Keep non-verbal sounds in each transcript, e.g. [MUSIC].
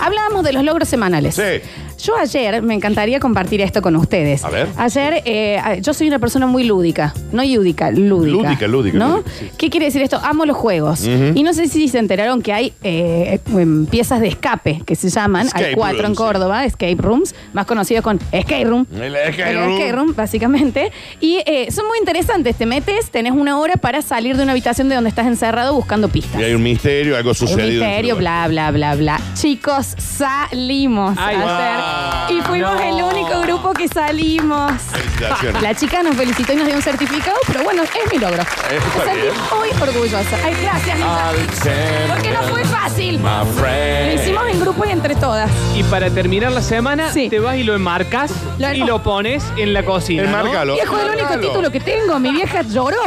Hablábamos de los logros semanales. Sí. Yo ayer me encantaría compartir esto con ustedes. A ver. Ayer, eh, a- yo soy una persona muy lúdica. No lúdica, lúdica. Lúdica, lúdica, ¿No? lúdica, sí. ¿Qué quiere decir esto? Amo los juegos. Ujú. Y no sé si se enteraron que hay eh, em, piezas de escape que se llaman. Escape hay cuatro rooms, en sí. Córdoba, escape rooms, más conocido con escape room. El escape El room. básicamente. Y eh, son muy interesantes. Te metes, tenés una hora para salir de una habitación de donde estás encerrado buscando pistas. Y hay un misterio, algo Un sucedido. en ese misterio, lugar. bla, bla, bla, bla. Chicos, salimos Ay, a hacer. wow. Y fuimos No. el único grupo que salimos. Felicitaciones. La chica nos felicitó y nos dio un certificado, pero bueno, es mi logro. está Me sentí bien. muy orgullosa. Ay, gracias, Lisa. Porque no fue fácil. Lo hicimos en grupo y entre todas. Y para terminar la semana, Sí. te vas y lo enmarcas Lo- y lo pones en la cocina. ¿no? Enmárcalo. Viejo, el único Enmárcalo. título que tengo. Mi vieja lloró.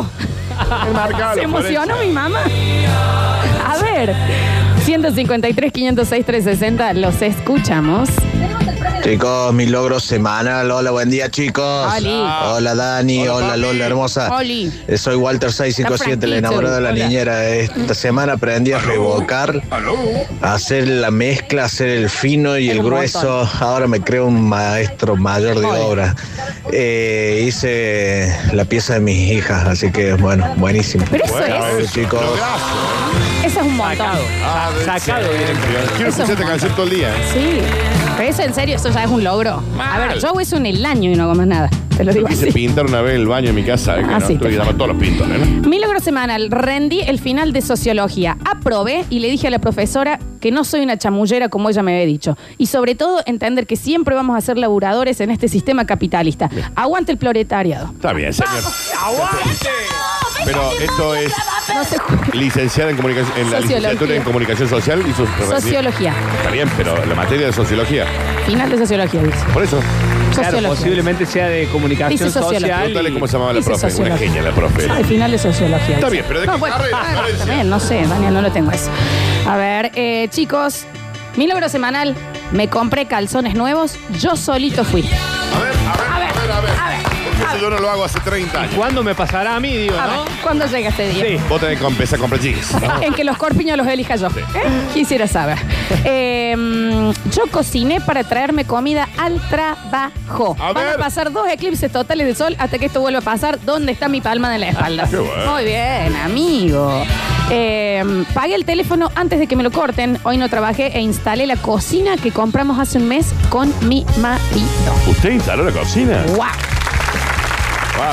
Enmárcalo, Se emocionó Florencia. mi mamá. A ver, 153, 506, 360, los escuchamos. Chicos, mi logro semanal. Hola, buen día, chicos. Oli. Hola, Dani. Hola, Hola, papi. Lola, hermosa. Oli. Eh, Soy Walter 657, el Está enamorado de la Hola. niñera. Esta semana aprendí a revocar, a hacer la mezcla, a hacer el fino y Es el un grueso. Ahora me creo un maestro mayor de Oli. obra. Eh, hice la pieza de mis hijas, así que, bueno, buenísimo. Pero eso Bueno, es, eso, chicos. lograzo. eso es un montón. Sacado. Ah, Sacado directamente. Quiero Eso escuchar es esta un canción todo el día. ¿eh? Sí, pero eso en serio, eso ya es un logro. A ver, yo hago eso en el año y no hago más nada. Te lo Yo digo quise así. pintar una vez el baño de mi casa. ¿eh? Que Ah, no, sí, tuve te que llamar a todos los ¿eh? pintores. ¿no? Mi logro semanal, rendí el final de sociología. Aprobé y le dije a la profesora que no soy una chamullera como ella me había dicho. Y sobre todo entender que siempre vamos a ser laburadores en este sistema capitalista. Aguante el proletariado. Está bien, señor. Pero esto es No se ju- licenciada en, comunicación, en la Sociología. licenciatura en comunicación social y sus Sociología. Está bien, pero la materia de sociología. Final de sociología, dice. Por eso, Claro, Sociología. posiblemente sea de comunicación Dice sociología. social. pregúntale y- cómo se llamaba la Dice profe. Una sociología. genia la profe. Al final de sociología. Está dice. bien, pero ¿de no, qué bueno, carrera, ah, Florencia? también, No sé, Daniel, no lo tengo eso. A ver, eh, chicos, mi logro semanal, me compré calzones nuevos, yo solito fui. A ver, a ver, a ver, a ver. a ver, Porque eso yo no lo hago hace 30 años. ¿Cuándo me pasará a mí? Digo, A ¿no? ver, ¿cuándo llega este día? Sí. Vos tenés que empezar a comprar jeans. [LAUGHS] En que los corpiños los elija yo. ¿Eh? Quisiera [LAUGHS] saber. Eh, mm, yo cociné para traerme comida al trabajo. A Van a ver. pasar dos eclipses totales de sol hasta que esto vuelva a pasar. ¿Dónde está mi palma de la espalda? Ah, Qué bueno. Muy bien, amigo. Eh, pagué el teléfono antes de que me lo corten. Hoy no trabajé e instalé la cocina que compramos hace un mes con mi marido. ¿Usted instaló la cocina? ¡Guau! Wow.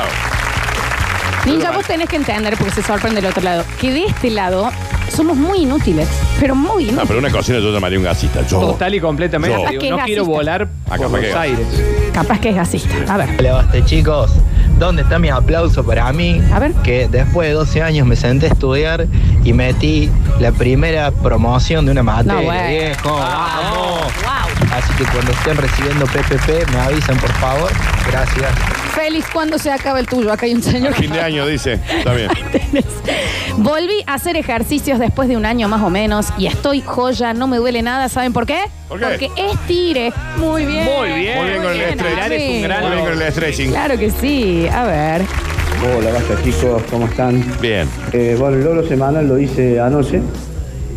Ninja, vos tenés que entender, porque se sorprende del otro lado, que de este lado somos muy inútiles, pero muy No, inútiles. pero una cocina yo llamaría un gasista. Yo. Total y completamente. Yo. Digo, Capaz que no es quiero gasista. volar Acá, por para que- Buenos Aires. Capaz que es gasista. A ver. Le basta, chicos. ¿Dónde está mi aplauso para mí? A ver. Que después de 12 años me senté a estudiar y metí la primera promoción de una materia. No, bueno. Ah, viejo. Vamos. Wow. Así que cuando estén recibiendo PPP, me avisan, por favor. Gracias. Félix, ¿cuándo se acaba el tuyo? Acá hay un señor que... Fin de año, dice. Está bien. Tenés. Volví a hacer ejercicios después de un año más o menos y estoy joya, no me duele nada. ¿Saben por qué? ¿Por qué? Porque estire. Muy bien. Muy bien. Muy bien con el stretch. amigo. Es un gran- Muy bien con el stretching. Claro que sí. A ver. Hola, basta chicos, ¿cómo están? Bien. Eh, bueno, el logro semanal lo hice anoche.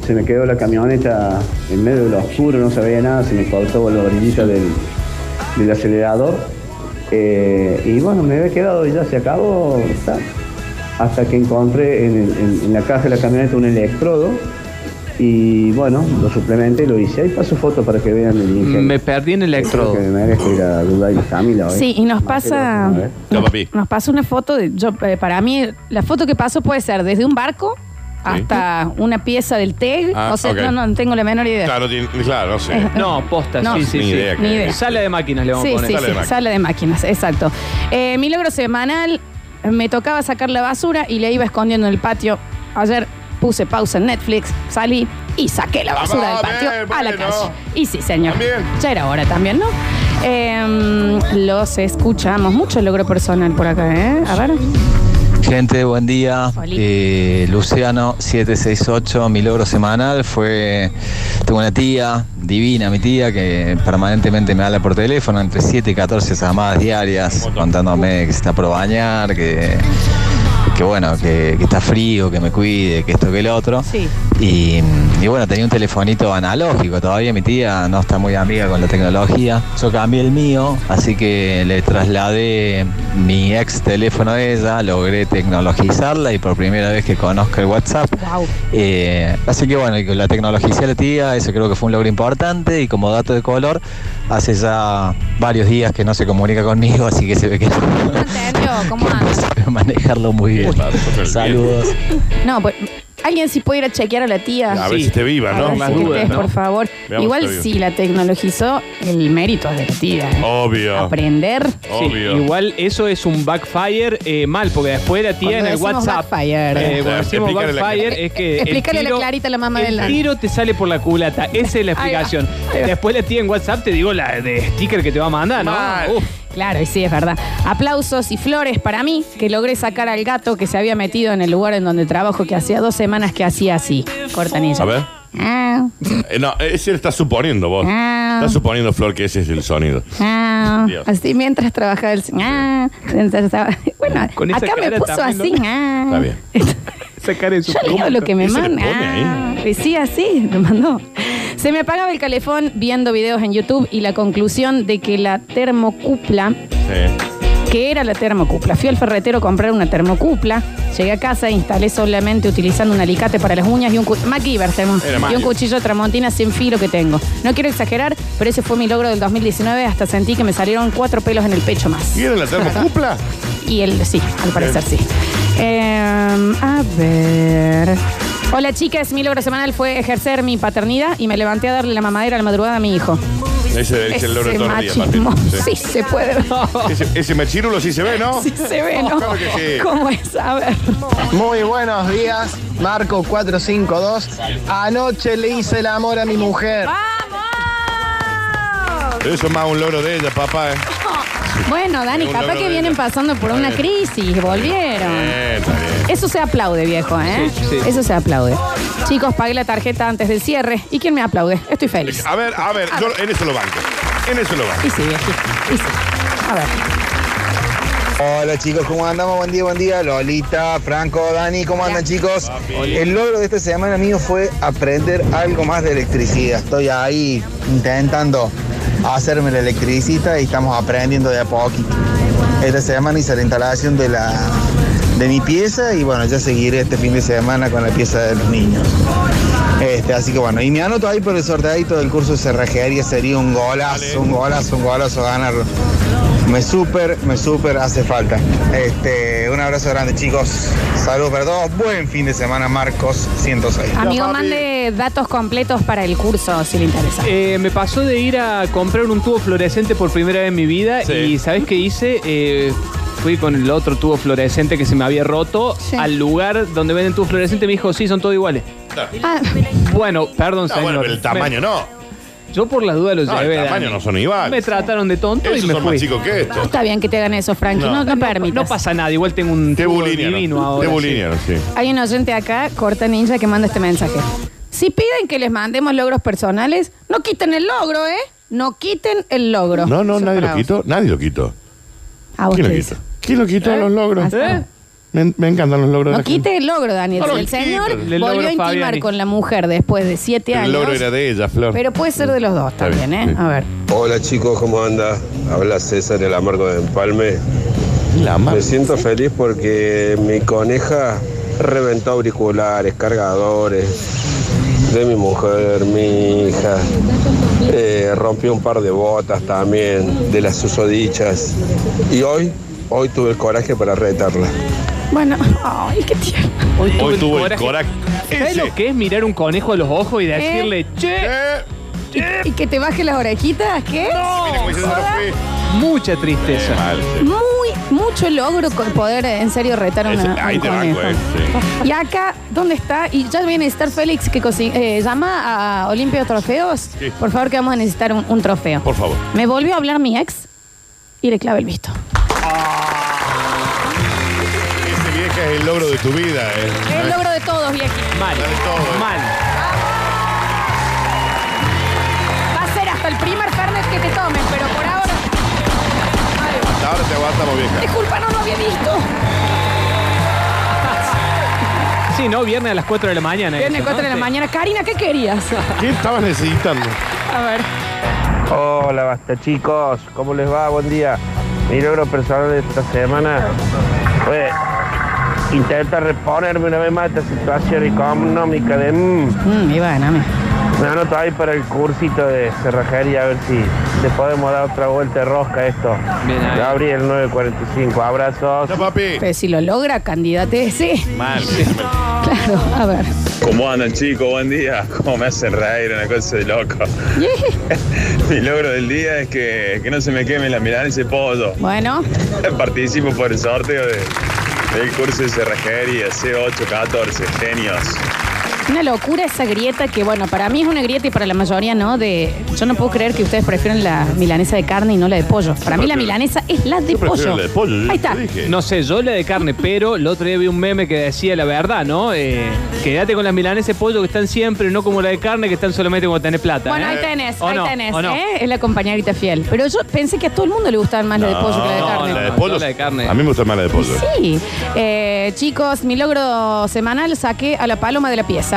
Se me quedó la camioneta en medio de lo oscuro, no se veía nada, se me cortó la orillita del, del acelerador. Eh, y bueno, me había quedado y ya se acabó. ta. Hasta que encontré en, el- en- en la caja de la camioneta un electrodo. Y bueno, lo suplementé y lo hice. Ahí paso fotos para que vean el ingenio. Mm, Me perdí en el Creo electrodo. que me merezco ir a Dubái y Camila hoy. Sí, y nos Más que pasa. la última vez. No, papi. Nos pasa una foto de. Yo, eh, para mí, la foto que paso puede ser desde un barco hasta una pieza del TEG. Ah, o sea, ok. no, no tengo la menor idea. Claro, tiene- claro, no sé. [LAUGHS] No, posta, No. sí, sí, Ni sí. idea. Ni idea. Sala de máquinas le vamos Sí, a poner. sí, Sala de sí, máquinas. sala de máquinas, exacto. Eh, mi logro semanal, me tocaba sacar la basura y la iba escondiendo en el patio. Ayer puse pausa en Netflix, salí y saqué la Vamos, basura del patio Ah, bien, a la bueno. calle. Y sí, señor. También. Ya era hora también, ¿no? Eh, los escuchamos. Mucho logro personal por acá, ¿eh? A ver. Gente, buen día. Oli. Eh, Luciano 768, mi logro semanal fue, tengo una tía, divina mi tía, que permanentemente me habla por teléfono, entre 7 y 14 llamadas diarias, contándome que se está por bañar, que, que bueno, que, que está frío, que me cuide, que esto, que el otro. Sí. Y, y bueno, tenía un telefonito analógico, todavía mi tía no está muy amiga con la tecnología. Yo cambié el mío, así que le trasladé mi ex teléfono a ella, logré tecnologizarla y por primera vez que conozco el WhatsApp. Wow. Eh, así que bueno, y con la tecnología de la tía, eso creo que fue un logro importante y como dato de color, hace ya varios días que no se comunica conmigo, así que se ve que no, ¿Entendió? ¿Cómo que no anda? sabe manejarlo muy bien. Uy, súper bien. Dạ, Saludos. No, pues, alguien si puede ir a chequear a la tía. A Sí. ver si te viva, A ¿no? ver Más si dudas, ustedes, ¿no? por favor. Veamos Igual si está si bien. la tecnologizó, el mérito es de la tía. ¿eh? Obvio. Aprender. Obvio. Sí, igual eso es un backfire eh, mal, porque después la tía Cuando en el decimos WhatsApp. backfire. eh, cuando decimos Explícale la- backfire es que. el Explícale la tiro- clarita a la mamá del El nano. tiro te sale por la culata. Esa es la Ahí va, explicación. ahí va. Después la tía en WhatsApp te digo la de sticker que te va a mandar, ¿no? Mal. Uf. Claro, y sí, es verdad. Aplausos y flores para mí, que logré sacar al gato que se había metido en el lugar en donde trabajo, que hacía dos semanas que hacía así. Cortan ella. A ver. Ah, Eh, no, ese lo estás suponiendo vos. Ah. Estás suponiendo, Flor, que ese es el sonido. ah. Dios. así mientras trabajaba el... ah, mientras estaba- [LAUGHS] bueno, Con esa acá me cara puso también, así. ¿no? ah. Está bien. [LAUGHS] Sacar en su Yo leo lo que me ¿Ese le manda. pone ahí? Ah, y sí, así, me mandó. Se me apagaba el calefón viendo videos en YouTube y la conclusión de que la termocupla, Sí. que era la termocupla, fui al ferretero a comprar una termocupla, llegué a casa e instalé solamente utilizando un alicate para las uñas y un, cu- MacGyver, Temo. Era y un MacGyver. cuchillo tramontina sin filo que tengo. No quiero exagerar, pero ese fue mi logro del 2019, hasta sentí que me salieron cuatro pelos en el pecho más. ¿Y era la termocupla? [LAUGHS] Y él sí, al parecer sí. Eh, a ver. Hola chicas, mi logro semanal fue ejercer mi paternidad y me levanté a darle la mamadera a la madrugada a mi hijo. Ese es el logro de Ese todos los días, machismo. Martín. Sí, Sí. se puede ver. Ese, ese machirulo sí se ve, ¿no? Sí se ve, Oh, ¿no? Claro que sí. ¿Cómo es? A ver. Muy buenos días, Marco 452. Anoche le hice el amor a mi mujer. ¡Vamos! Pero eso es más un logro de ella, papá. ¿eh? Bueno, Dani, Un capaz logro que de vienen ella. pasando por Está una bien. crisis, volvieron. Eh, está bien. Eso se aplaude, viejo, ¿eh? Sí, sí. Eso se aplaude. Chicos, pagué la tarjeta antes del cierre. ¿Y quién me aplaude? Estoy feliz. A ver, a ver, yo en eso lo banco. En eso lo banco. Y sí, aquí. Y sí. A ver. Hola chicos, ¿cómo andamos? Buen día, buen día. Lolita, Franco, Dani, ¿cómo andan chicos? El logro de esta semana mío fue aprender algo más de electricidad. Estoy ahí intentando hacerme el electricista y estamos aprendiendo de a poquito. Esta semana hice la instalación de la de mi pieza y bueno, ya seguiré este fin de semana con la pieza de los niños. Este, así que bueno, y me anoto ahí por el sorteadito del curso de cerrajería, sería un golazo, un golazo, un golazo ganarlo. Me súper, me súper hace falta. Este, un abrazo grande chicos, saludos para todos, buen fin de semana Marcos 106. Amigo, papi. mande datos completos para el curso si le interesa. Eh, me pasó de ir a comprar un tubo fluorescente por primera vez en mi vida Sí. y ¿sabes qué hice? Eh, fui con el otro tubo fluorescente que se me había roto Sí. al lugar donde venden tubos fluorescentes y me dijo, sí, son todos iguales. Ah, Bueno, perdón, Ah, señor. bueno, pero el tamaño no. Yo por las dudas lo No, llevé. el tamaño Dani. no son Me iguales. trataron de tonto y Esos me son fui. más chicos que no estos. está bien que te hagan eso, Frankie. No, No. no, permitas. No pasa nada, igual tengo un Te tubo bulinearon. divino ahora. Te sí. bulinearon, sí. Hay un oyente acá, Corta Ninja, que manda este mensaje. Si piden que les mandemos logros personales, no quiten el logro, ¿eh? No quiten el logro. No, no, Eso nadie para lo vos. quitó. Nadie lo quitó. A Ah, vos ¿Quién te lo dice. quitó? ¿Quién lo quitó los logros? Así. ¿Eh? Me, me encantan los logros. de Ah, No la gente. quite el logro, Daniel. No lo el quiten. señor El logro volvió a intimar Fabiani. con la mujer después de siete años. El logro era de ella, Flor. Pero puede ser de los dos Está también, ¿eh? bien, sí. A ver. Hola chicos, ¿cómo anda? Habla César el Amargo de Empalme. La madre. Me siento feliz porque mi coneja reventó auriculares, cargadores de mi mujer, mi hija. Eh, rompió un par de botas también, de las usodichas. Y hoy, hoy tuve el coraje para retarla. Bueno, [LAUGHS] ay, qué tierno. Hoy tuvo el coraje. ¿Sabes Ese. lo que es mirar un conejo a los ojos y decirle, che, Eh, ¿Y que te baje las orejitas? ¿Qué? mira cómo diciendo, Joda. no fui. mucha tristeza? Eh, mal, sí. Muy, mucho logro con poder eh, en serio retar a Ese- una. a ahí un te banco, conejo. eh, sí. Y acá, ¿dónde está? Y ya viene Star Félix que consi- eh, llama a Olimpia Trofeos. Sí. Por favor, que vamos a necesitar un, un trofeo. Por favor. Me volvió a hablar mi ex y le clave el visto. Ese vieja es el logro de tu vida, eh. El logro de todos, viejo. Mal, Dale todo, eh. mal. Va a ser hasta el primer Fernet que te tomen, pero por ahora. Ay, Ahora te aguantamos, vieja. disculpa, no lo había visto. Sí, ¿no? Viernes a las 4 de la mañana. Viernes eso, 4 de la ¿no? Sí. mañana. Karina, ¿qué querías? [LAUGHS] ¿Qué estabas necesitando? A ver. Hola, basta chicos, ¿cómo les va? Buen día. Mi logro personal de esta semana fue intentar reponerme una vez más esta situación económica de mm, Mm, Iván, a mí. me anoto ahí para el cursito de cerrajería a ver si le podemos dar otra vuelta de rosca a esto. Bien, ahí. Gabriel 945, abrazos. Ya, papi. Pero si lo logra, candidate, sí. Mal. Claro, a ver. ¿Cómo andan chicos? Buen día. ¿Cómo me hacen reír? Una cosa de loco. Mi logro del día es que, que no se me queme la mirada ese pollo. Bueno, Participo por el sorteo de- del curso de cerrajería C814. Genios. una locura esa grieta que, bueno, para mí es una grieta y para la mayoría no. De, yo no puedo creer que ustedes prefieren la milanesa de carne y no la de pollo. Para mí la prefiero- milanesa es la de Yo prefiero pollo. la de pollo. ¿eh? yo Ahí te está. dije. No sé, yo la de carne, pero el otro día vi un meme que decía la verdad, ¿no? Eh, quédate con las milanesas de pollo que están siempre, no como la de carne que están solamente cuando tenés plata. Bueno, ¿eh? ahí tenés, ¿O ahí no? tenés, ¿O no? ¿eh? Es la compañerita fiel. Pero yo pensé que a todo el mundo le gustaban más la de pollo que la de No, carne. La de No, pollo. no, la de carne. A mí me gusta más la de pollo. Sí. Eh, chicos, mi logro semanal saqué a la paloma de la pieza.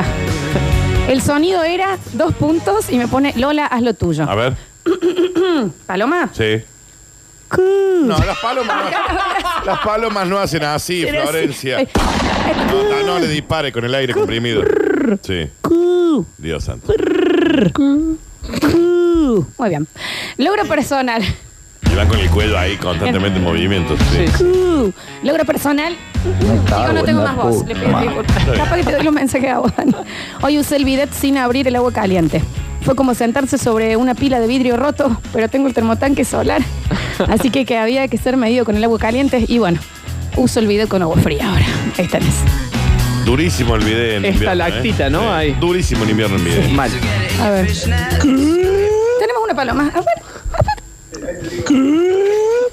El sonido era dos puntos y me pone Lola, haz lo tuyo. A ver. [CLEARS THROAT] ¿Paloma? Sí. No, las palomas no, las palomas no hacen así, Era así. Florencia. Ay. No, no, no le dispare con el aire comprimido. Sí. Dios santo. Muy bien. Logro personal. Y van con el cuello ahí constantemente en movimiento. Sí. Logro personal. Digo, no tengo más voz. Le pido disculpas. Capaz que te doy los mensajes a vos. Hoy usé el bidet sin abrir el agua caliente. Fue como sentarse sobre una pila de vidrio roto, pero tengo el termotanque solar. Así que, que había que ser medido con el agua caliente. Y bueno, uso el bidet con agua fría ahora. Ahí tenés. Durísimo el video en Esta invierno. ¿eh? lactita, ¿no? Ahí. Durísimo en invierno el video. Mal. A ver. Tenemos una paloma. A ver.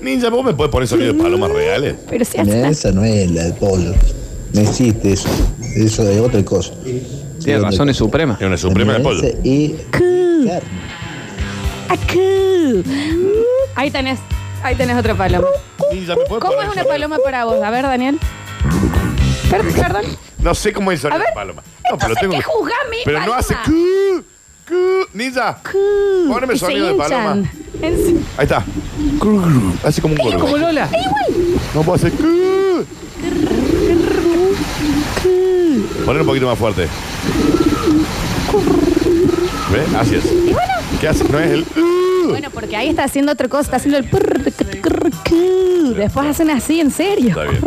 Ninja, ¿vos me puedes poner sonido de palomas reales? Pero si hace. Esa no es la de pollo. No existe eso. Eso es otra cosa. Tiene razones supremas. Es una suprema de pollo. Y Acú. Ahí tenés. Ahí tenés otra paloma. Ninja, ¿me puedes ¿Cómo poner es una sonido? paloma para vos? A ver, Daniel. Per- perdón. No sé cómo es el sonido A ver, de paloma. No, entonces te que- juzga a mí, Pero no paloma. hace cu, cu. Ninja. Poneme Y se sonido de paloma. hinchan. En- Ahí está. Cru, cru. Hace como un gordo. Como Lola. No puedo hacer. cu. Poner un poquito más fuerte. ¿Ve? Así es. ¿Qué hace? No es el. Bueno, porque ahí está haciendo otra cosa, está haciendo el prr, cr- cr- cr- Después hacen así, en serio. Está bien.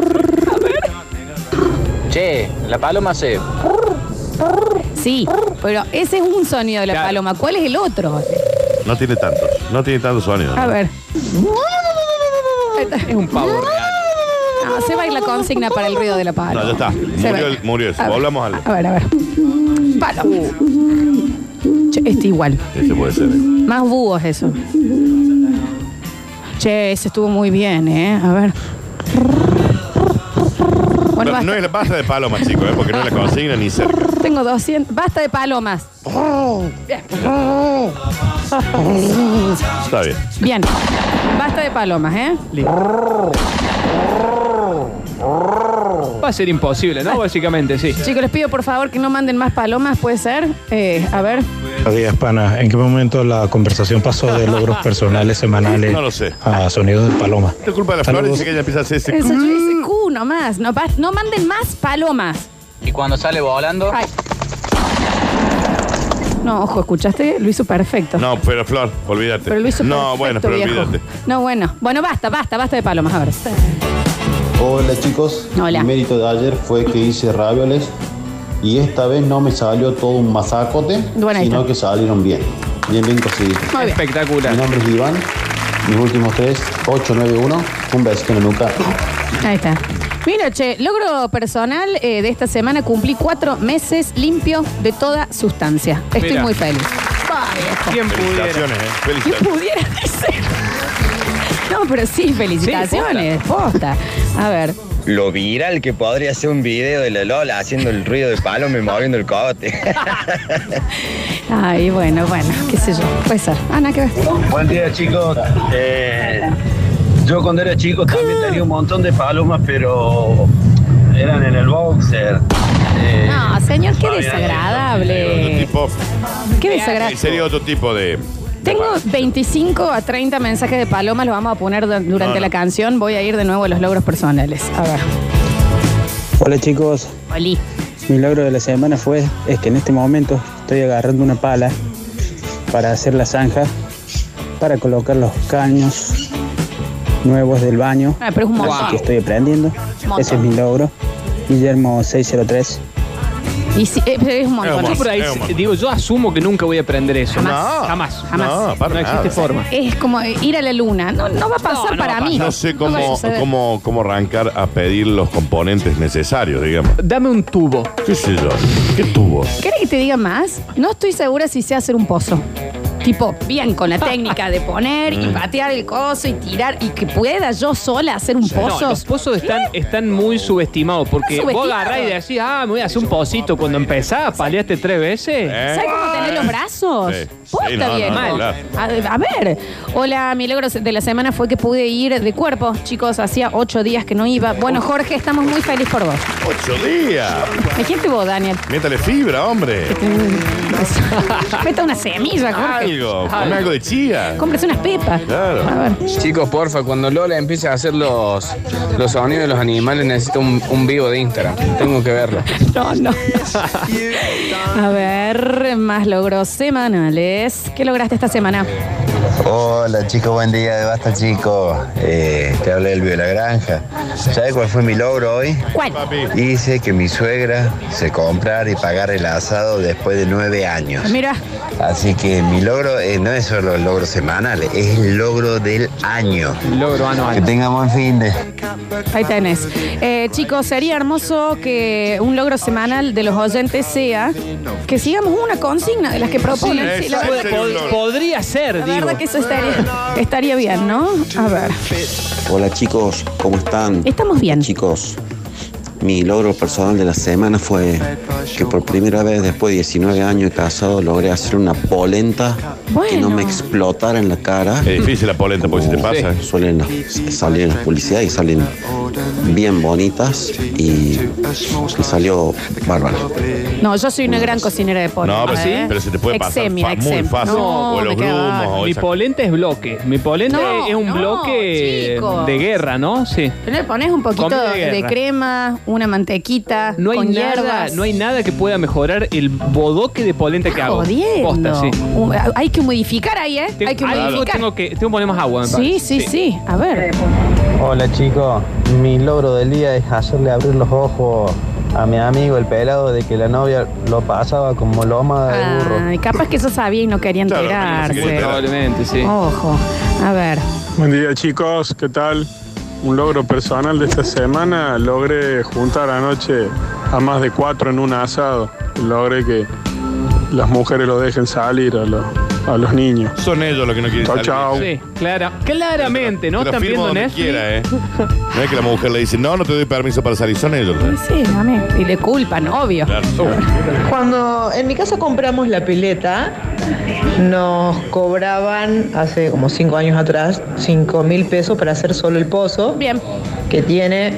Che, Eh, la paloma se. Sí, pero ese es un sonido de la Claro. paloma. ¿Cuál es el otro? No tiene tantos. No tiene tantos sonidos. A ver. Ahí está. Es un pavo real. No, se va a ir la consigna para el ruido de la paloma. No, ya está. Se Murió, va. el- murió eso. A ver. Volvamos al. A ver, a ver. Paloma. Che, este igual. Ese puede ser. ¿eh? Más búhos eso. Che, ese estuvo muy bien, ¿eh? A ver. Bueno, No, basta. no es la pasta de paloma, chicos, ¿eh? porque no es la consigna ni cerca. Tengo 200. Basta de palomas. Bien. Está bien. Bien. Basta de palomas, ¿eh? Va a ser imposible, ¿no? Básicamente, sí. Chicos, les pido por favor que no manden más palomas, ¿puede ser? Eh, a ver. Buenos días, pana. ¿En qué momento la conversación pasó de [LAUGHS] logros personales semanales No lo sé. a sonidos de [LAUGHS] paloma? Es culpa de las Saludos. flores dice que ella empieza a hacer ese. Eso yo hice Q nomás. No, bas- no manden más palomas. Y cuando sale volando. Ay. No, ojo, ¿escuchaste? Lo hizo perfecto. No, pero Flor, olvídate. Pero lo hizo No, perfecto, bueno, pero viejo. olvídate. No, bueno. Bueno, basta, basta, basta de palomas. A ver. Hola, chicos. Hola. El mérito de ayer fue que hice ravioles y esta vez no me salió todo un masacote, Bueno, ahí sino está. que salieron bien. Bien, bien cociditos. Muy bien. Mi Espectacular. nombre es Iván. Mis últimos tres, 891. Un besito en la nuca. Ahí está. Mira, che, logro personal eh, de esta semana. Cumplí cuatro meses limpio de toda sustancia. Estoy Mira. muy feliz. Va, viejo. ¿Quién pudiera? Felicitaciones, ¿eh? ¿Quién Felicitaciones. pudiera decir? No, pero sí, felicitaciones. posta. A ver. Lo viral que podría ser un video de la Lola haciendo el ruido de paloma y moviendo el cogote. Ay, bueno, bueno, qué sé yo. Puede ser. Ana, ¿qué ves? [LAUGHS] Buen día, chicos. Eh, yo cuando era chico también tenía un montón de palomas, pero eran en el boxer. Eh, No, señor, qué Otro desagradable. tipo. Qué Sí, sería desagradable. otro tipo de. Tengo 25 a 30 mensajes de Paloma, los vamos a poner du- durante No, no. la canción. Voy a ir de nuevo a los logros personales. A ver. Hola chicos, Oli. mi logro de la semana fue es que en este momento estoy agarrando una pala para hacer la zanja, para colocar los caños nuevos del baño. Ah, pero es un Así montón. que estoy aprendiendo. Montón. Ese es mi logro. Guillermo 603. Y sí, eh, pero es un montón. Yo por ahí digo, yo asumo que nunca voy a aprender eso. Jamás. Jamás. Jamás. No, para No existe nada. forma. Es como ir a la luna. No, no va a pasar para mí. No sé va a cómo, suceder. cómo, cómo arrancar a pedir los componentes necesarios, digamos. Dame un tubo. ¿Qué sé yo? ¿Qué tubo? ¿Querés que te diga más? No estoy segura si sé hacer un pozo. Tipo, bien, con la técnica de poner y Mm. patear el coso y tirar y que pueda yo sola hacer un pozo. No, los pozos están, están muy subestimados porque Subestimados. vos agarrás y decís, ah, me voy a hacer un pocito. Cuando empezás, paliaste tres veces. ¿Sabes cómo tener los brazos? Sí. Posta, Sí, no, no, viejo. no, a, claro. a ver, hola, mi logro de la semana fue que pude ir de cuerpo. Chicos, hacía ocho días que no iba. Bueno, Jorge, estamos muy felices por vos. ¡Ocho días! Imagínate vos, Daniel. Métale fibra, hombre. Mm. Meta una semilla, Jorge. Algo. Come algo de chía. Cómprese unas pepas. Chicos, porfa, cuando Lola empiece a hacer los, los sonidos de los animales, necesito un, un vivo de Instagram. Tengo que verlo. No, no. A ver, más logros semanales. ¿Qué lograste esta semana? Hola chicos, buen día de Basta chicos. Eh, te hablé del Bio de la Granja. ¿Sabes cuál fue mi logro hoy? ¿Cuál? Hice que mi suegra se comprara y pagara el asado después de nueve años. Mira, Así que mi logro eh, no es solo el logro semanal, es el logro del año. Logro anual. Que tengan buen fin de. ahí tenés. Eh, chicos, sería hermoso que un logro semanal de los oyentes sea que sigamos una consigna de las que proponen. Sí, Sí, la pod- verdad- pod- podría ser, la digo. verdad que eso estaría, estaría bien, ¿no? A ver. Hola chicos, ¿cómo están? Estamos bien. Chicos, mi logro personal de la semana fue que por primera vez después de 19 años de casado logré hacer una polenta que no me explotara en la cara. Es difícil la polenta, porque si te pasa. Suelen las- salir en las publicidades y salen bien bonitas y me salió bárbaro. No, yo soy una gran cocinera de pollo. No, pero sí, pero se te puede pasar Exemia, fa- muy exemia. fácil. No, O los me queda grumos, bárbaro. Mi polenta es bloque. Mi polenta No, es un no, bloque chicos. de guerra, ¿no? Sí. Pero le pones un poquito Comida de de, guerra. crema, una mantequita, No hay, con nada, hierbas. no hay nada que pueda mejorar el bodoque de polenta que hago. Jodiendo. Posta, sí. Uh, Hay que modificar ahí, ¿eh? Hay que Algo modificar. tengo que, tengo que poner más agua, me Sí, parece. sí, sí. A ver. Hola chicos, mi logro del día es hacerle abrir los ojos a mi amigo el pelado de que la novia lo pasaba como loma de burro. Ay, capaz que eso sabía y no quería enterarse. Probablemente, sí. Ojo. A ver. Buen día chicos, ¿qué tal? Un logro personal de esta semana, logré juntar anoche a más de cuatro en un asado. Logré que las mujeres lo dejen salir a, lo- a los niños. Son ellos los que no quieren Chau, salir. chau. Sí, clara, claramente, ¿no? Te lo Están firmo viendo donde Netflix. quiera, ¿eh? No es que la mujer le dice, no, no te doy permiso para salir. Son ellos. ¿eh? Sí, amén. Y le culpan, obvio. Cuando en mi casa compramos la pileta, nos cobraban hace como cinco años atrás 5 mil pesos para hacer solo el pozo. Bien. Que tiene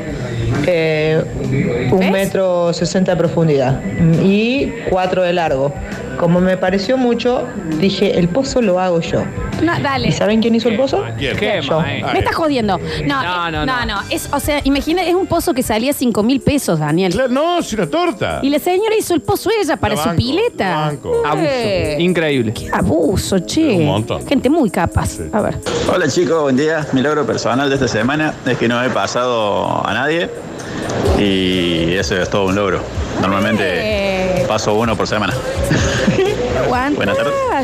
eh, un metro sesenta de profundidad y cuatro de largo. Como me pareció mucho, dije, el pozo lo hago yo. No, dale. ¿Y saben quién hizo el pozo? Dạ, Yo. Me estás jodiendo. No, no, no. no, no, Es, o sea, imagina, es un pozo que salía 5 mil pesos, Daniel. no, es una torta. Y la señora hizo el pozo ella para La su banco, pileta. Eh, Abuso. Increíble. Abuso, che. Un montón. Gente muy capaz. A ver. Hola chicos, buen día. Mi logro personal de esta semana es que no he pasado a nadie y eso es todo un logro. Normalmente paso uno por semana. Aguanta, Buenas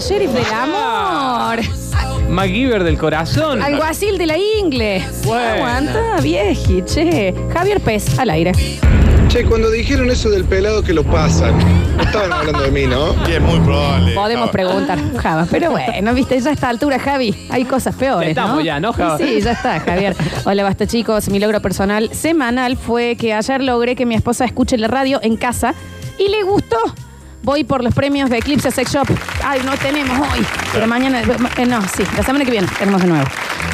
sheriff del amor. eh. MacGyver del corazón. Alguacil de la Ingle. Aguanta, vieji, che. Javier Pez, al aire. Che, cuando dijeron eso del pelado que lo pasan, no estaban hablando de mí, ¿no? Sí, es muy probable. Podemos preguntar, Java. Pero bueno, viste, ya a esta altura, Javi, hay cosas peores. Ya estamos ¿no? ya, ¿no, Java? Sí, ya está, Javier. Hola, basta chicos. Mi logro personal semanal fue que ayer logré que mi esposa escuche la radio en casa y le gustó. voy por los premios de Eclipse Sex Shop. Ay, no tenemos hoy. Pero mañana, eh, no, sí, la semana que viene tenemos de nuevo.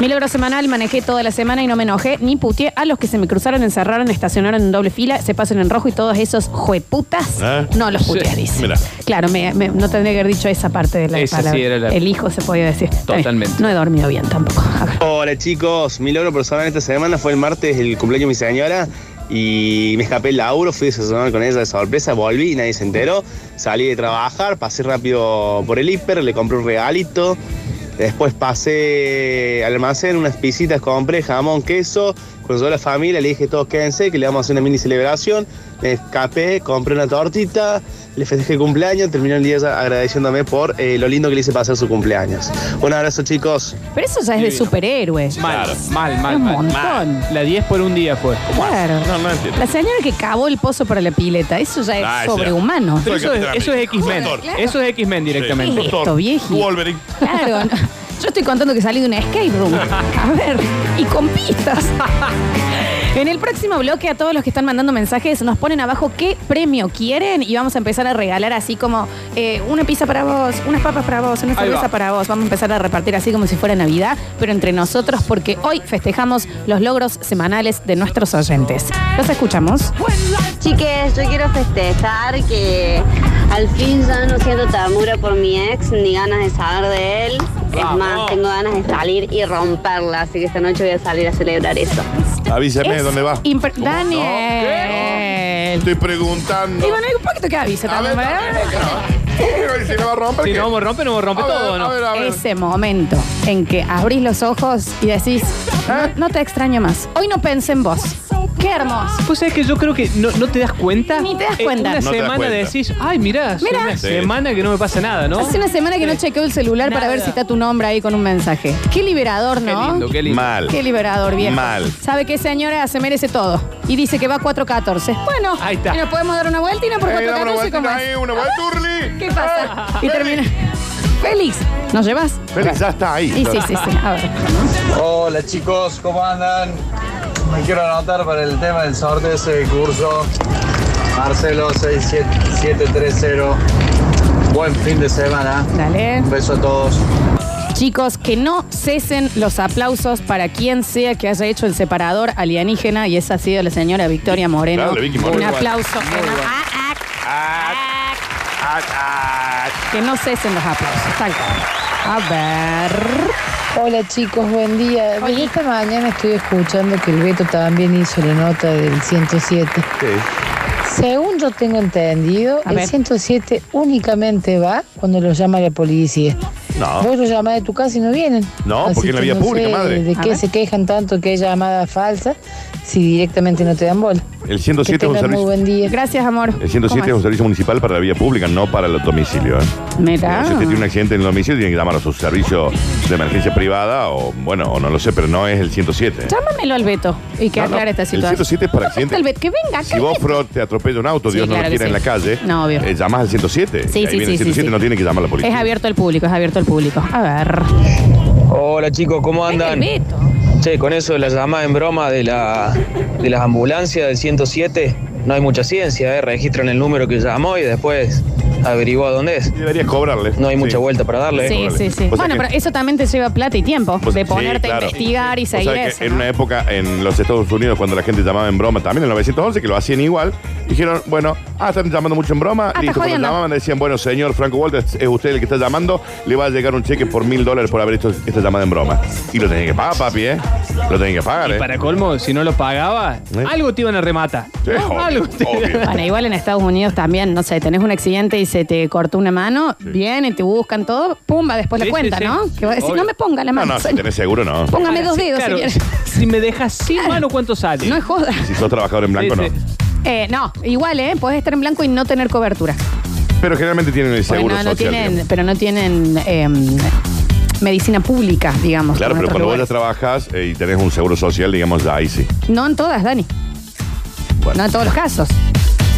Milagro semanal, manejé toda la semana y no me enojé ni puteé a los que se me cruzaron, encerraron, estacionaron en doble fila, se pasan en rojo y todos esos jueputas ¿Eh? no los puteé, Sí. dice. Mirá. Claro, me- me- no tendría que haber dicho esa parte de la Esa sí palabra. era la- El hijo se podía decir. Totalmente. No he dormido bien tampoco. [LAUGHS] [LAUGHS] Hola chicos, mi logro personal esta semana fue el martes, el cumpleaños de mi señora. Y me escapé el laburo, fui a desayunar con ella de sorpresa, volví y nadie se enteró. Salí de trabajar, pasé rápido por el hiper, le compré un regalito. Después pasé al almacén, unas pisitas, compré jamón, queso. Cuando llegó la familia le dije todos quédense, que le vamos a hacer una mini celebración. Me escapé, compré una tortita, le festejé el cumpleaños, terminó el día ya agradeciéndome por eh, lo lindo que le hice pasar su cumpleaños. Un abrazo chicos. Pero eso ya es de Divino. superhéroe. Mal, mal, mal. Un mal, montón. mal. La 10 por un día fue. Claro. La señora que cavó el pozo para la pileta, eso ya es Ah, ese- sobrehumano. Pero eso, es, eso es X-Men. Claro. Eso es X-Men directamente. ¿Qué es esto, vieji? Wolverine. Claro. no. Yo estoy contando que salí de una escape room. A ver, y con pistas. En el próximo bloque, a todos los que están mandando mensajes, nos ponen abajo qué premio quieren y vamos a empezar a regalar así como eh, una pizza para vos, unas papas para vos, una Ahí cerveza va. para vos. Vamos a empezar a repartir así como si fuera Navidad, pero entre nosotros, porque hoy festejamos los logros semanales de nuestros oyentes. Los escuchamos. Chiques, yo quiero festejar que al fin ya no siento ternura por mi ex ni ganas de saber de él. Es más, tengo ganas de salir y romperla, así que esta noche voy a salir a celebrar eso. Avíseme Es dónde va. impre- Daniel. Estoy preguntando. Y bueno, ¿por qué te que avisa? A ver, también, a verdad? Si no va a romper. Si ¿qué? no vamos a romper, no vamos a romper A ver, todo, ¿no? a ver, a ver. Ese momento en que abrís los ojos y decís, ¿Eh? no, no te extraño más. Hoy no pensé en vos. Qué hermoso. Pues es que yo creo que no, no te das cuenta. Ni te das Eh, cuenta. Una No te das semana cuenta. decís, ay, mirá, hace Mirá. una Sí. semana que no me pasa nada, ¿no? Hace una semana que no chequeo el celular para ver si está tu nombre ahí con un mensaje. Qué liberador, ¿no? Qué lindo, qué lindo. Mal. Qué liberador, viejo. Mal. ¿Sabe qué señora se merece todo? Y dice que va a 4.14. Bueno, Ahí está. y nos podemos dar una vuelta y no por Eh, dame una 4.14 vuelta, como ahí, una vuelta, Urli. ¿Qué pasa? Ah, y Félix. termina. Félix, ¿nos llevas? Félix, ya está ahí. Y sí, sí, sí. A ver. Hola chicos, ¿cómo andan? Me quiero anotar para el tema del sorteo de ese curso. Marcelo 67730. Buen fin de semana. Dale. Un beso a todos. Chicos, que no cesen los aplausos para quien sea que haya hecho el separador alienígena y esa ha sido la señora Victoria Moreno. Claro, la Vicky Un Moreno. aplauso. Muy bueno. Que no cesen los aplausos. Tal cual. A ver. Hola chicos, buen día. Bueno, Esta mañana estoy escuchando que el Beto también hizo la nota del 107. Según yo tengo entendido, A el ver. 107 únicamente va cuando lo llama la policía. No. Vos lo llamás de tu casa y no vienen. No, porque que es la vía no pública, sé madre. ¿De A qué ver. se quejan tanto que hay llamada falsa si directamente no te dan bola? El 107 Que es un tengan servicio. muy buen día. Gracias, amor. El 107 es un servicio municipal para la vía pública, no para el domicilio. ¿eh? Mira. Si usted tiene un accidente en el domicilio, tiene que llamar a su servicio de emergencia privada o, bueno, o no lo sé, pero no es el 107. Llámamelo al Beto y que No, no, aclare esta el situación. 107 es para No, accidente. al Beto, que venga acá. Si vos, Fro, te atropella un auto, Sí, Dios no claro lo que quiera en la sí. calle, No, obvio. eh, llamás al 107. Sí, y ahí sí, sí, viene el 107 sí, sí. no tiene que llamar a la policía. Es abierto al público, es abierto al público. A ver. Hola chicos, ¿cómo andan? Che, con eso de la llamada en broma de, la, de las ambulancias del 107, no hay mucha ciencia, ¿eh? Registran el número que llamó y después averigua dónde es. Deberías cobrarle. No hay mucha vuelta para darle. Sí, sí, sí. Bueno, pero eso también te lleva plata y tiempo de ponerte a investigar y O sea seguir que eso. En una época en los Estados Unidos, cuando la gente llamaba en broma, también en el 911, que lo hacían igual, dijeron, bueno, ah, están llamando mucho en broma. Ah, y está cuando jodiendo. llamaban decían, bueno, señor Franco Walters, es usted el que está llamando, le va a llegar un cheque por mil dólares por haber hecho esta llamada en broma. Y lo tenían que pagar, papi, ¿eh? Lo tenían que pagar, ¿eh? Y para colmo, si no lo pagaba, algo te iban a rematar. ¿no? algo te Bueno, igual en Estados Unidos también, no sé, tenés un accidente y se te cortó una mano, vienen, te buscan todo, pumba, después Sí, la sí, cuenta, sí. ¿no? Que va a decir, Obvio. no me ponga la No, mano. no, si tenés seguro, no. Póngame dos dedos Claro, si quieres. si me dejas sin mano, ¿cuánto sale? Eh. No es joda. Si sos trabajador en blanco, no. Eh, no, igual, ¿eh? Podés estar en blanco y no tener cobertura. Pero generalmente tienen el seguro Bueno, no social. digamos. tienen, pero no tienen eh, medicina pública, digamos. Claro, como pero en cuando otros vos ya trabajas eh, y tenés un seguro social, digamos, ya ahí sí. lugares. No en todas, Dani. Bueno. No en todos los casos.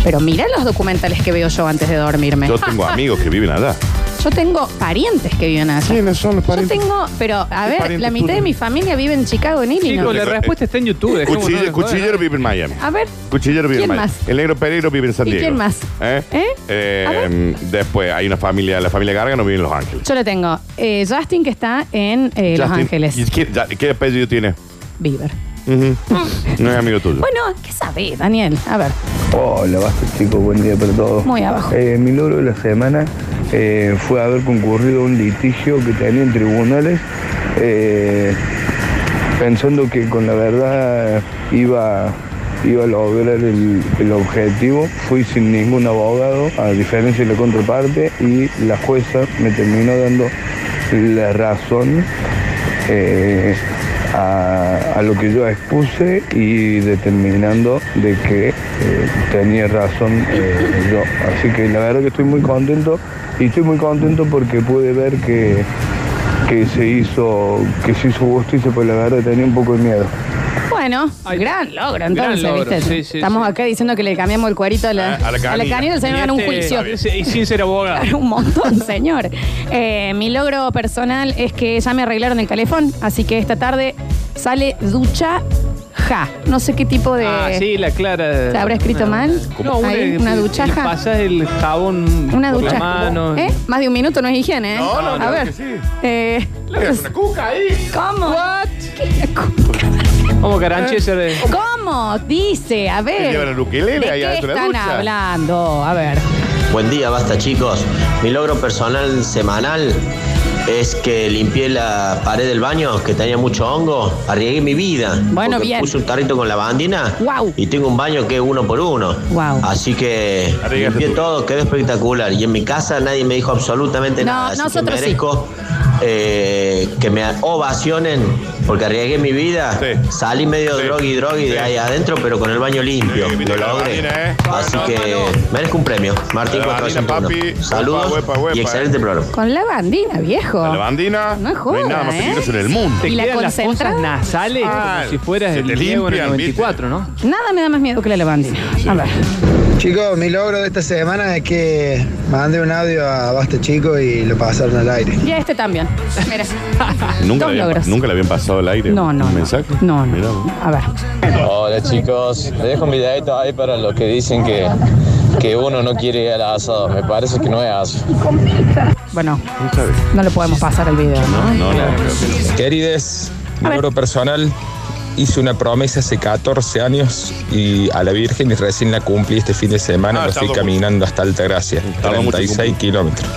Pero mira los documentales que veo yo antes de dormirme. [LAUGHS] Yo tengo amigos que viven allá. Yo tengo parientes que viven allá. ¿Quiénes son los Yo tengo, pero a ¿Qué ver, parientes la tú mitad de no? mi familia vive en Chicago, en Illinois. Chicos, la eh, respuesta está en YouTube. dejemos, no Cuchiller, les jodan. Cuchillero vive en Miami. A ver, Cuchillero vive en Ah. ¿Quién Miami. más? El negro Pereiro vive en San ¿Y Diego. quién más? ¿Eh? ¿Eh? Eh, A ver. después hay una familia, la familia Gargano vive en Los Ángeles. yo la tengo. Eh, Justin, que está en eh, Los Justin, Ángeles. ¿y ¿Qué, ya- qué apellido tiene? Bieber. Ujú. No es amigo tuyo. Bueno, ¿qué sabe, Daniel? A ver. Hola, basta chicos, buen día para todos. Muy abajo. Eh, mi logro de la semana eh, fue haber concurrido a un litigio que tenía en tribunales, eh, pensando que con la verdad iba, iba a lograr el, el objetivo. Fui sin ningún abogado, a diferencia de la contraparte, y la jueza me terminó dando la razón. eh, a, a lo que yo expuse y determinando de que eh, tenía razón eh, yo. Así que la verdad que estoy muy contento y estoy muy contento porque pude ver que, que se hizo que se hizo justicia, pues la verdad tenía un poco de miedo. Bueno, gran logro, entonces, gran logro, ¿viste? sí, sí, Estamos acá diciendo que le cambiamos el cuerito a Ah, la, A- a la a la canilla. canilla, el señor Y gana un este- juicio. Eh. Ese- Y sin ser abogado. Claro, [LAUGHS] un montón, señor. Eh, mi logro personal es que ya me arreglaron el calefón, así que esta tarde sale ducha ja. No sé qué tipo de. Ah, sí, la Clara. ¿Se habrá escrito mal? No, una, Ahí, una duchaja. Pasas el jabón Una por ducha. la mano. ¿Eh? Más de un minuto no es higiene, ¿eh? No, no, A claro ver. que sí. Eh, una cuca ahí. ¿Cómo? Vamos, Carancheser. eh. Ah. ¿Cómo? Dice, a ver. Te llevan el ukelele ¿De ahí qué adentro de la están ducha? hablando? A ver. Buen día, basta chicos. Mi logro personal semanal es que limpié la pared del baño, que tenía mucho hongo, arriesgué mi vida. Bueno, porque bien. Puse un tarrito con lavandina Guau. y tengo un baño que es uno por uno. Guau. Así que limpié todo, quedó espectacular. Y en mi casa nadie me dijo absolutamente No, nada. Así nosotros sí. que merezco eh, que me ovacionen porque arriesgué mi vida. Salí medio drogui drogui de ahí adentro, pero con el baño limpio. Lo logré. Así que merezco un premio. Martín Lavandina, 481. papi. Saludos Huepa, huepa, y huepa, excelente programa. Con la bandina, viejo. La lavandina. No es joda, hay nada más ¿eh? peligroso en el mundo. ¿Y la concentrada? Sale Ah, como si fueras se el te Diego en el limpian, 94, ¿no? Nada me da más miedo que la lavandina. A ver. Chicos, mi logro de esta semana es que mandé un audio a Basta Chico y lo pasaron al aire. Y a este también. Mira. Nunca Dos le, logros. habían, nunca le habían pasado al aire. No, no, un no. mensaje. No, no. Mirá vos. A ver. Hola chicos, les dejo un videito ahí para los que dicen que, que uno no quiere ir al asado. Me parece que no es asado. Bueno, no le podemos pasar el video, ¿no? Querides, mi logro personal, hice una promesa hace 14 años y a la Virgen y recién la cumplí este fin de semana. Ah, me fui tardó caminando hasta Altagracia, Tardó mucho en 36 kilómetros.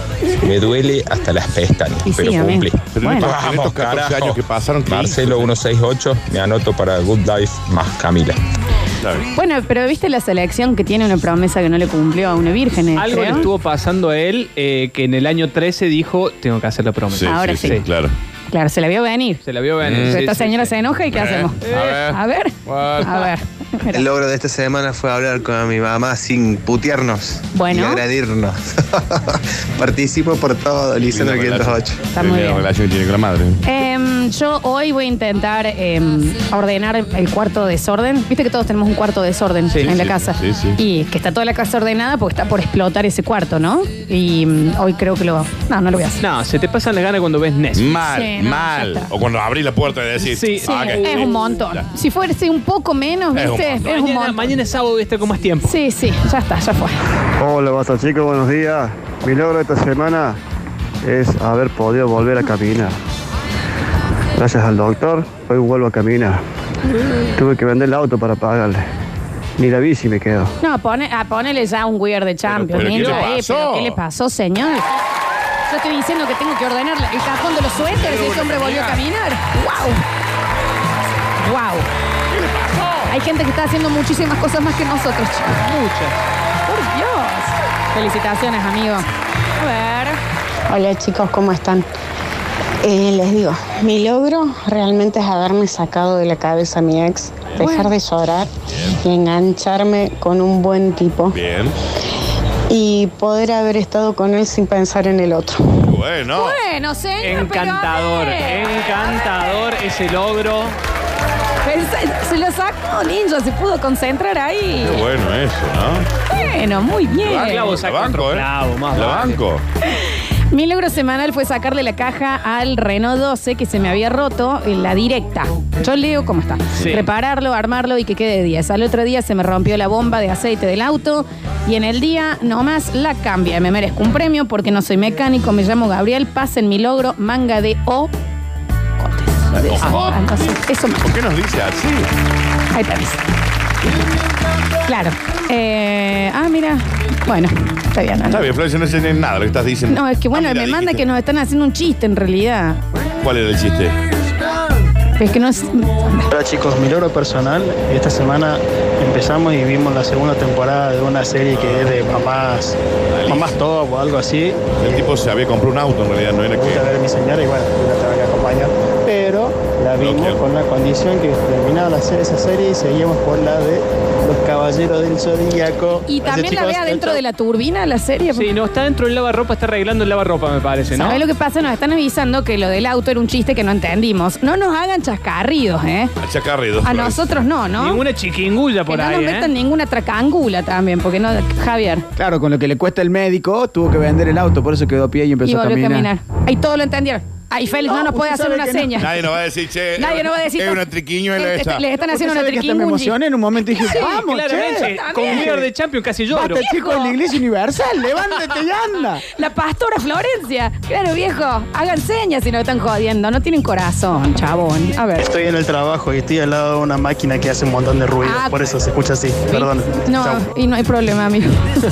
Me duele hasta las pestañas, Y sí, pero a mí. cumplí. Pero en Bueno. estos- en Vamos, estos 14 carajo. años que pasaron, ¿qué Marcelo 168, me anoto para Good Life más Camila. Bueno, pero viste la selección que tiene una promesa que no le cumplió a una virgen. eh, Algo creo? le estuvo pasando a él eh, que en el año 13 dijo, tengo que hacer la promesa. Sí, Ahora sí, sí, sí. Claro. Claro, se la vio venir. Se la vio venir. Pero sí, esta sí, señora sí. se enoja y ¿qué Eh, hacemos? A ver. A ver. [LAUGHS] Mira. El logro de esta semana fue hablar con mi mamá sin putearnos Bueno. y agredirnos. [LAUGHS] Participo por todo, Lisandro 508. Está muy bien. relación que tiene con la madre. Em, yo hoy voy a intentar em, ordenar el cuarto desorden. Viste que todos tenemos un cuarto desorden en la sí, casa. sí, sí. Y que está toda la casa ordenada porque está por explotar ese cuarto, ¿no? Y mm, hoy creo que lo. No, no lo voy a hacer. No, se te pasan las ganas cuando ves Netflix. Mal, Sí, no, mal. ya está. O cuando abrís la puerta y decís. Sí, Sí, ah, ok. es un montón. Si fuese un poco menos, Es un ¿viste? montón. Es un montón. Mañana es sábado y está con más tiempo. Sí, sí, ya está, ya fue. Hola, basta chicos, buenos días. Mi logro de esta semana es haber podido volver a caminar. Gracias al doctor, hoy vuelvo a caminar. [LAUGHS] Tuve que vender el auto para pagarle. Ni la bici me quedó. No, pone, ah, ponele ya un weird de Champions. pero ¿qué niño, le eh, pasó? pero ¿qué le pasó, señor? Yo estoy diciendo que tengo que ordenar la- el cajón de los suéteres y ese hombre volvió a caminar. ¡Wow! ¡Wow! Hay gente que está haciendo muchísimas cosas más que nosotros, chicos. Muchas. ¡Por Dios! Felicitaciones, amigo. A ver. Hola chicos, ¿cómo están? Eh, les digo, mi logro realmente es haberme sacado de la cabeza a mi ex, dejar de llorar y engancharme con un buen tipo Bien. y poder haber estado con él sin pensar en el otro. Bueno. Bueno, señor, Encantador, encantador ese logro. pero se, se lo sacó, ninja, se pudo concentrar ahí. Qué bueno eso, ¿no? Bueno, muy bien. ¿eh? La banco, ¿eh? La banco. Mi logro semanal fue sacarle la caja al Renault 12 que se me había roto en la directa. Yo leo cómo está. Sí. Repararlo, armarlo y que quede de 10. Al otro día se me rompió la bomba de aceite del auto y en el día nomás la cambia. Me merezco un premio porque no soy mecánico. Me llamo Gabriel. Pasen mi logro, manga de O. Ah, Ah, entonces, eso me- ¿Por qué nos dice así? Ahí te aviso. Claro. Eh, ah, mira. Bueno, está bien. ¿no? Está bien, Florencia, no sé nada lo que estás diciendo. No, es que bueno, Ah, mira, me manda dijiste. que nos están haciendo un chiste en realidad. ¿Cuál era el chiste? Es que no es. Hola chicos, mi logro personal. Esta semana empezamos y vimos la segunda temporada de una serie que es de mamás, mamás top o algo así. El tipo se había comprado un auto en realidad, no era Me que. gusta ver a mi señora y bueno, la tengo que acompañar. Pero la vimos con la condición que terminaba la se- esa serie y seguíamos por la de Los Caballeros del Zodíaco. Y también la vea dentro de la turbina, la serie. Sí, no, está dentro del lavarropa, está arreglando el lavarropa, me parece, ¿no? ¿Sabés lo que pasa? Nos están avisando que lo del auto era un chiste que no entendimos. No nos hagan chascarridos, ¿eh? Chacarrido. A nosotros no, ¿no? Ninguna chiquingulla que por no ahí, nos ¿eh? metan ninguna tracangula también, porque no, Javier. Claro, con lo que le cuesta el médico, tuvo que vender el auto, por eso quedó a pie y empezó Y a, volvió a caminar. caminar. Ahí todo lo entendieron. Ahí Félix no nos puede hacer una seña. Nadie nos va a decir, che. Nadie nos va a decir- Es una triquiñuela Este- esa. les están haciendo una Usted sabe que hasta Me triquiñundi. emocioné en un momento y dije, Sí, vamos, claramente. che. Con River de Champions casi lloro. Basta, chicos, en la Iglesia Universal, levántate y anda. [LAUGHS] La pastora Florencia. Claro, viejo. Hagan señas si no están jodiendo. No tienen corazón, chabón. A ver. Estoy en el trabajo y estoy al lado de una máquina que hace un montón de ruido, Ah, por eso se escucha así. Perdón. No, y no hay problema, amigo.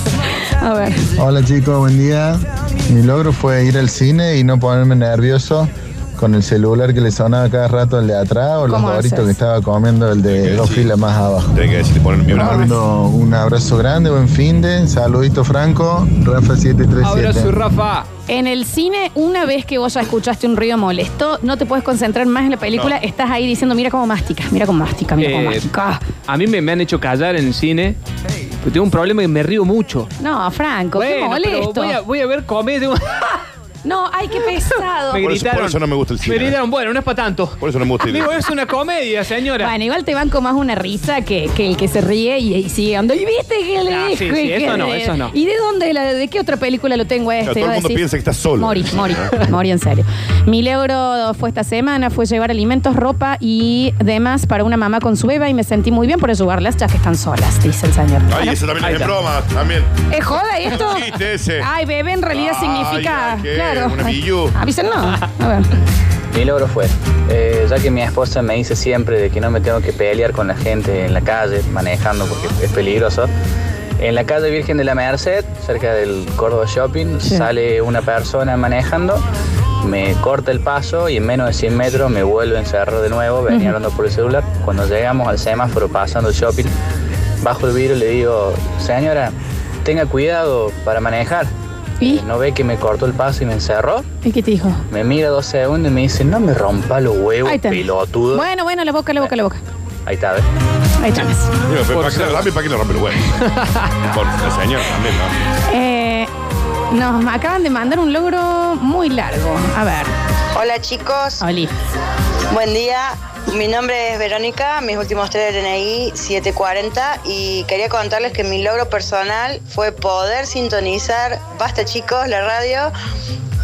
[LAUGHS] A ver. Hola chicos, buen día. Mi logro fue ir al cine y no ponerme nervioso con el celular que le sonaba cada rato el de atrás o los ¿Cómo doritos haces? que estaba comiendo el de dos filas más abajo. Tengo que decir, ponen mi Les mando un abrazo grande, buen fin de, saludito Franco, Rafa 737. Rafa. En el cine, una vez que vos ya escuchaste un ruido molesto, no te puedes concentrar más en la película. No. Estás ahí diciendo, mira cómo mastica, mira cómo mastica, mira cómo Eh, mastica. a mí me, me han hecho callar en el cine. Porque tengo un problema que me río mucho. No, Franco, qué Bueno, pero molesto. voy a- ver comedia. [LAUGHS] No, ay, [LAUGHS] qué pesado. Por eso, por eso no me gusta el cine. Me gritaron, bueno, no es para tanto. Por eso no me gusta el Amigo, es una comedia, señora. Bueno, igual te banco más una risa que, que el que se ríe y, y sigue andando. Y viste que le Ah, dijo. sí, y sí, que eso no, le- eso no. ¿Y de dónde, la- de qué otra película lo tengo a este? Claro, todo Va el a mundo decir, piensa que está solo. Mori, [LAUGHS] Mori, Mori, en serio. Mi logro fue esta semana, fue llevar alimentos, ropa y demás para una mamá con su beba y me sentí muy bien por ayudarlas ya que están solas, dice el señor. Ay, Bueno, eso también ahí es en está. broma, también. ¿Es joda esto? Un chiste ese. Ay, bebé en realidad Ay, significa. ay, qué, claro. una billu. Avísenlo. A ver. Mi logro fue, eh, ya que mi esposa me dice siempre de que no me tengo que pelear con la gente en la calle, manejando porque es peligroso, en la calle Virgen de la Merced, cerca del Córdoba Shopping, sale una persona manejando, me corta el paso y en menos de 100 metros me vuelve a encerrar de nuevo, venía hablando por el celular. Cuando llegamos al semáforo pasando el shopping, bajo el vidrio y le digo, señora, tenga cuidado para manejar. Eh, ¿Y? ¿No ve que me cortó el paso y me encerró? ¿Y qué te dijo? Me mira dos segundos y me dice, no me rompa los huevos, Ahí está. pelotudo. Bueno, bueno, la boca, la boca, la boca. Ahí está, ¿ves? Ahí está. Digo, pero ¿Para qué le rompe- para qué le rompe el [LAUGHS] huevo? Por el señor también, ¿no? Eh, nos acaban de mandar un logro muy largo. A ver. Hola chicos. Buen día. Mi nombre es Verónica, mis últimos tres de DNI 740 y quería contarles que mi logro personal fue poder sintonizar, basta chicos, la radio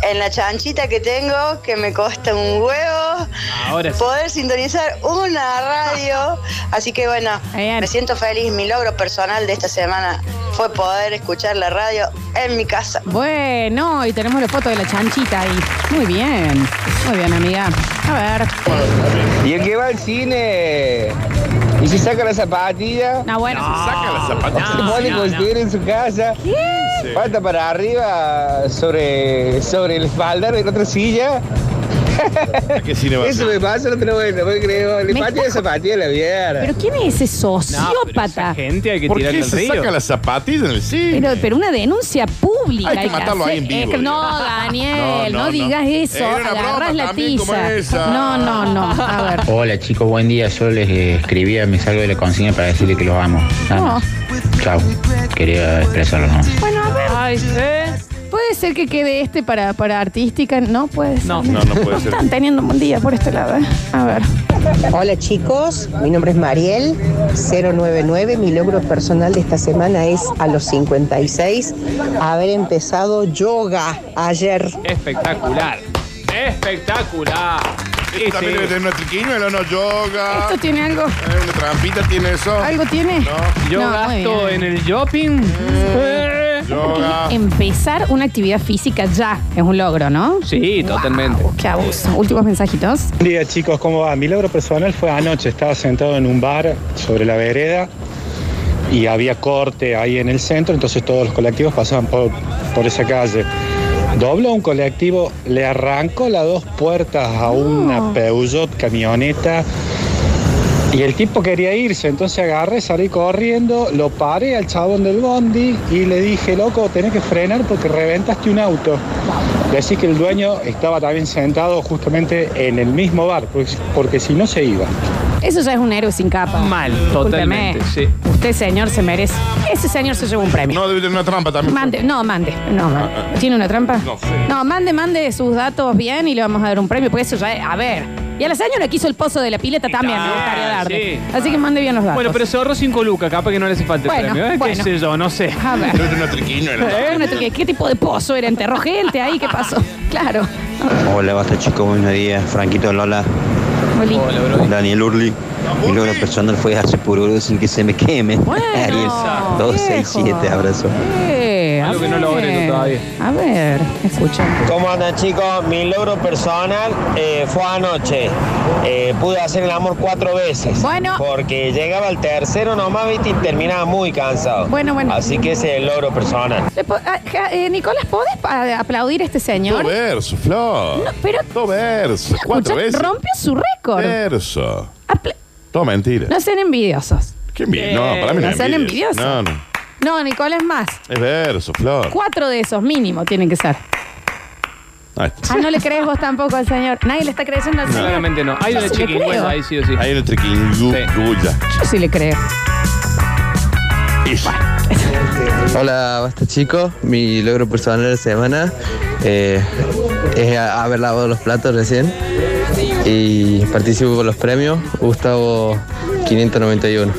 en la chanchita que tengo, que me cuesta un huevo, Ahora sí. poder sintonizar una [LAUGHS] radio. Así que bueno, me siento feliz, mi logro personal de esta semana fue poder escuchar la radio en mi casa. Bueno, y tenemos la foto de la chanchita ahí. Muy bien. Muy bien, amiga. A ver. Y el que va al cine y se saca la zapatilla. No, bueno. Se saca la zapatilla. Se pone con No, no, el tigre en su casa. Pata para arriba sobre, Eh, sobre el espaldar de la otra silla. qué cine va a Eso me pasa, no te lo voy no me creo. Le Me patea la está- zapatilla a la vieja. Pero ¿quién es ese sociópata? Gente hay que ¿Por tirarle qué al se río. saca las zapatillas en el cine? Pero, pero una denuncia pública. Hay que matarlo ahí en hacer. vivo, que- no, digamos. Daniel, No, no, no, no. digas eso. Era una broma Agarrás la también como tiza. esa. No, no, no. A ver. Hola chicos, buen día. Yo les eh, escribía, me salgo de la consigna para decirle que los amo. Nada No. más. Chau. Quería expresarlo nomás. Bueno, a ver. Ay, ¿Puede Puede ser que quede este para, para artística. No puede ser. No. No, no puede ser. Están teniendo un buen día por este lado. ¿eh? A ver. Hola chicos, mi nombre es Mariel 099. Mi logro personal de esta semana es a los 56 haber empezado yoga ayer. Espectacular. Espectacular. Esto también debe tener una triquiñuela, no yoga. ¿Esto tiene algo? Eh, ¿Una trampita tiene eso? ¿Algo tiene? No. Yo No, muy gasto bien. en el shopping. Eh. [LAUGHS] Yoga. Empezar una actividad física ya es un logro, ¿no? Sí, totalmente. Qué abuso. Últimos mensajitos. Buen día chicos, ¿cómo va? Mi logro personal fue anoche, estaba sentado en un bar sobre la vereda y había corte ahí en el centro, entonces todos los colectivos pasaban por, por esa calle. Dobló un colectivo, le arrancó las dos puertas a una Peugeot camioneta y el tipo quería irse, entonces agarré, salí corriendo, lo paré al chabón del bondi y le dije, loco, tenés que frenar porque reventaste un auto. Decís que el dueño estaba también sentado justamente en el mismo bar, pues, porque si no se iba. Eso ya es un héroe sin capa. Mal, totalmente, sí. Usted, señor, se merece. Ese señor se lleva un premio. No, debe tener una trampa también. pues. Mande, no, mande, no, mande. Ah, ah. ¿Tiene una trampa? No sé. No, mande, mande sus datos bien y le vamos a dar un premio, porque eso ya es, a ver. Y a la señora que hizo el pozo de la pileta también, me gustaría darle. Ah, sí. Así que mande bien los datos. Bueno, pero se ahorró 5 lucas, capaz que no le hace falta Bueno, el premio. ¿eh? bueno. ¿Qué sé yo? No sé. A ver. Debe tener una triquiñuela. Bueno, Eh, ¿qué- ¿Qué tipo de pozo era? ¿Enterró gente ahí? ¿Qué pasó? Claro. Hola, basta chicos, buenos días. Franquito Lola, Oli. Daniel Urli. Mi logro personal fue hacer pururu sin que se me queme. [LAUGHS] Ariel, 267, abrazo. Eh, a Algo que no logré ver. yo todavía. A ver, escucha. ¿Cómo andan chicos? Mi logro personal eh, fue anoche. Eh, pude hacer el amor cuatro veces. Bueno. Porque llegaba al tercero nomás, viste, y terminaba muy cansado. Bueno, bueno. Así que ese es el logro personal. Le po- ah, ja- eh, Nicolás, ¿podés pa- aplaudir a este señor? Dos versos, Flor. No, pero- Dos versos. Cuatro Escuchá, veces. Rompió su récord. Verso. Todo mentira. No sean envidiosos. Qué bien. No, Eh, para mí no No sean envidia. envidiosos. No, no. No, Nicolás, más. Es verso, Flor. Cuatro de esos mínimo tienen que ser. Ahí está. Ah, no le crees vos tampoco al señor. Nadie le está creyendo al señor. Claramente no. Hay Ah, Yo una sí le creo. chiquingüenza ahí sí o sí. Hay una triquiñuela. Yo sí le creo. Hola, basta chicos. Mi logro personal de la semana eh, es a- haber lavado los platos recién y participo con los premios. Gustavo 591.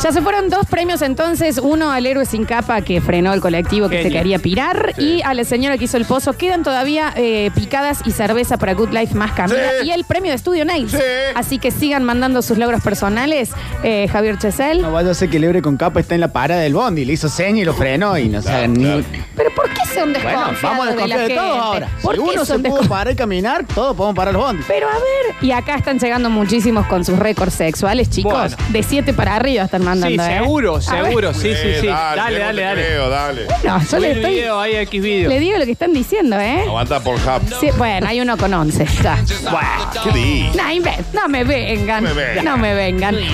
Ya se fueron dos premios entonces, uno al héroe sin capa que frenó el colectivo que se Genio. quería pirar y a la señora que hizo el pozo. Quedan todavía eh, picadas y cerveza para Good Life más Camila y el premio de Studio Nights. Así que sigan mandando sus logros personales. Eh, Javier Chesel. No vaya a ser que el héroe con capa está en la parada del bondi. Le hizo seña y lo frenó y no se hagan ni... Pero ¿por qué son Bueno, desconfiados vamos a de la desconfiar de, gente? todos ahora. ¿Por Si qué uno se pudo son desconfiados? parar y caminar, todos podemos parar el bondi. Pero a ver, y acá están llegando muchísimos con sus récords sexuales, chicos. Bueno. De 7 para arriba están mandando. Sí, ¿eh? seguro, A ver. seguro. Sí, sí, Eh, sí. dale, no Dale, te dale, dale. creo, dale. Bueno, yo le Subí el estoy- video, hay X video. Le digo lo que están diciendo, ¿eh? Aguanta por hub. Sí, bueno, hay uno con 11. ya. ¿Qué dices? No, inve- no me vengan. No me vengan. No me vengan.